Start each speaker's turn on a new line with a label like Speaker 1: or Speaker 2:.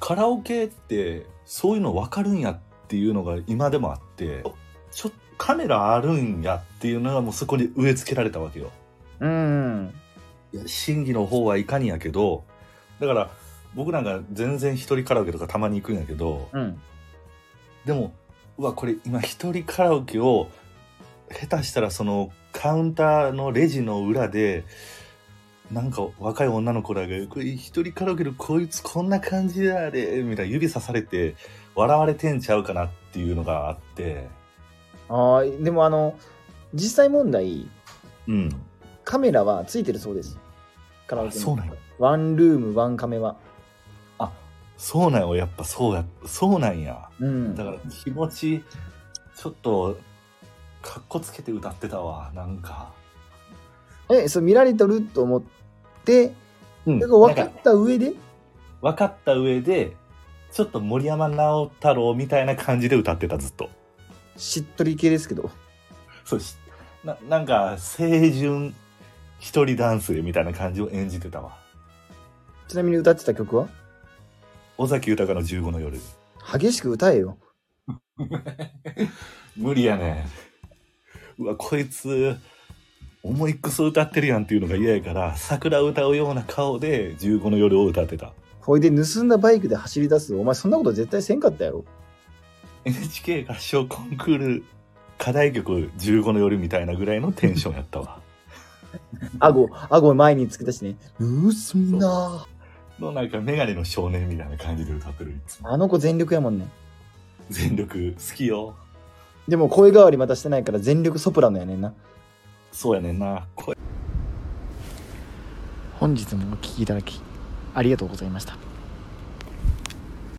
Speaker 1: カラオケってそういうの分かるんやっていうのが今でもあってちょカメラあるんやっていうのがもうそこに植え付けられたわけよ
Speaker 2: うん。
Speaker 1: いや審議の方はいかにやけどだから僕なんか全然一人カラオケとかたまに行くんやけど
Speaker 2: うん。
Speaker 1: でもうわこれ今一人カラオケを下手したらそのカウンターのレジの裏でなんか若い女の子らが「これ一人カラオケでこいつこんな感じやで」みたいな指さされて笑われてんちゃうかなっていうのがあって
Speaker 2: ああ、でもあの、実際問題、
Speaker 1: うん
Speaker 2: カメラはついてるそうです。カラオケ
Speaker 1: あそうなんや
Speaker 2: ワンルーム、ワンカメは。
Speaker 1: そうなんよやっぱそうやそうなんや
Speaker 2: うん。
Speaker 1: だから気持ちちょっとかっこつけて歌ってたわなんか。
Speaker 2: え、そう見られとると思って、
Speaker 1: うん
Speaker 2: それが分かった上で、
Speaker 1: 分かった上でちょっと森山直太朗みたいな感じで歌ってたずっと
Speaker 2: しっとり系ですけど。
Speaker 1: そうしななんか青春一人ダンスみたいな感じを演じてたわ
Speaker 2: ちなみに歌ってた曲は
Speaker 1: 尾崎豊の15の夜
Speaker 2: 激しく歌えよ。
Speaker 1: 無理やねんうわこいつ思いっくそ歌ってるやんっていうのが嫌やから桜歌うような顔で15の夜を歌ってた
Speaker 2: ほいで盗んだバイクで走り出す。お前そんなこと絶対せんかったやろ。
Speaker 1: NHK 合唱コンクール課題曲15の夜みたいなぐらいのテンションやったわ
Speaker 2: 顎、顎前につけたしね。盗んだ。
Speaker 1: のなんかメガネの少年みたいな感じで歌ってるいつも
Speaker 2: あの子全力やもんね。
Speaker 1: 全力好きよ
Speaker 2: でも声変わりまたしてないから全力ソプラノやねんな。
Speaker 1: そうやねんな声
Speaker 2: 本日もお聞きいただきありがとうございました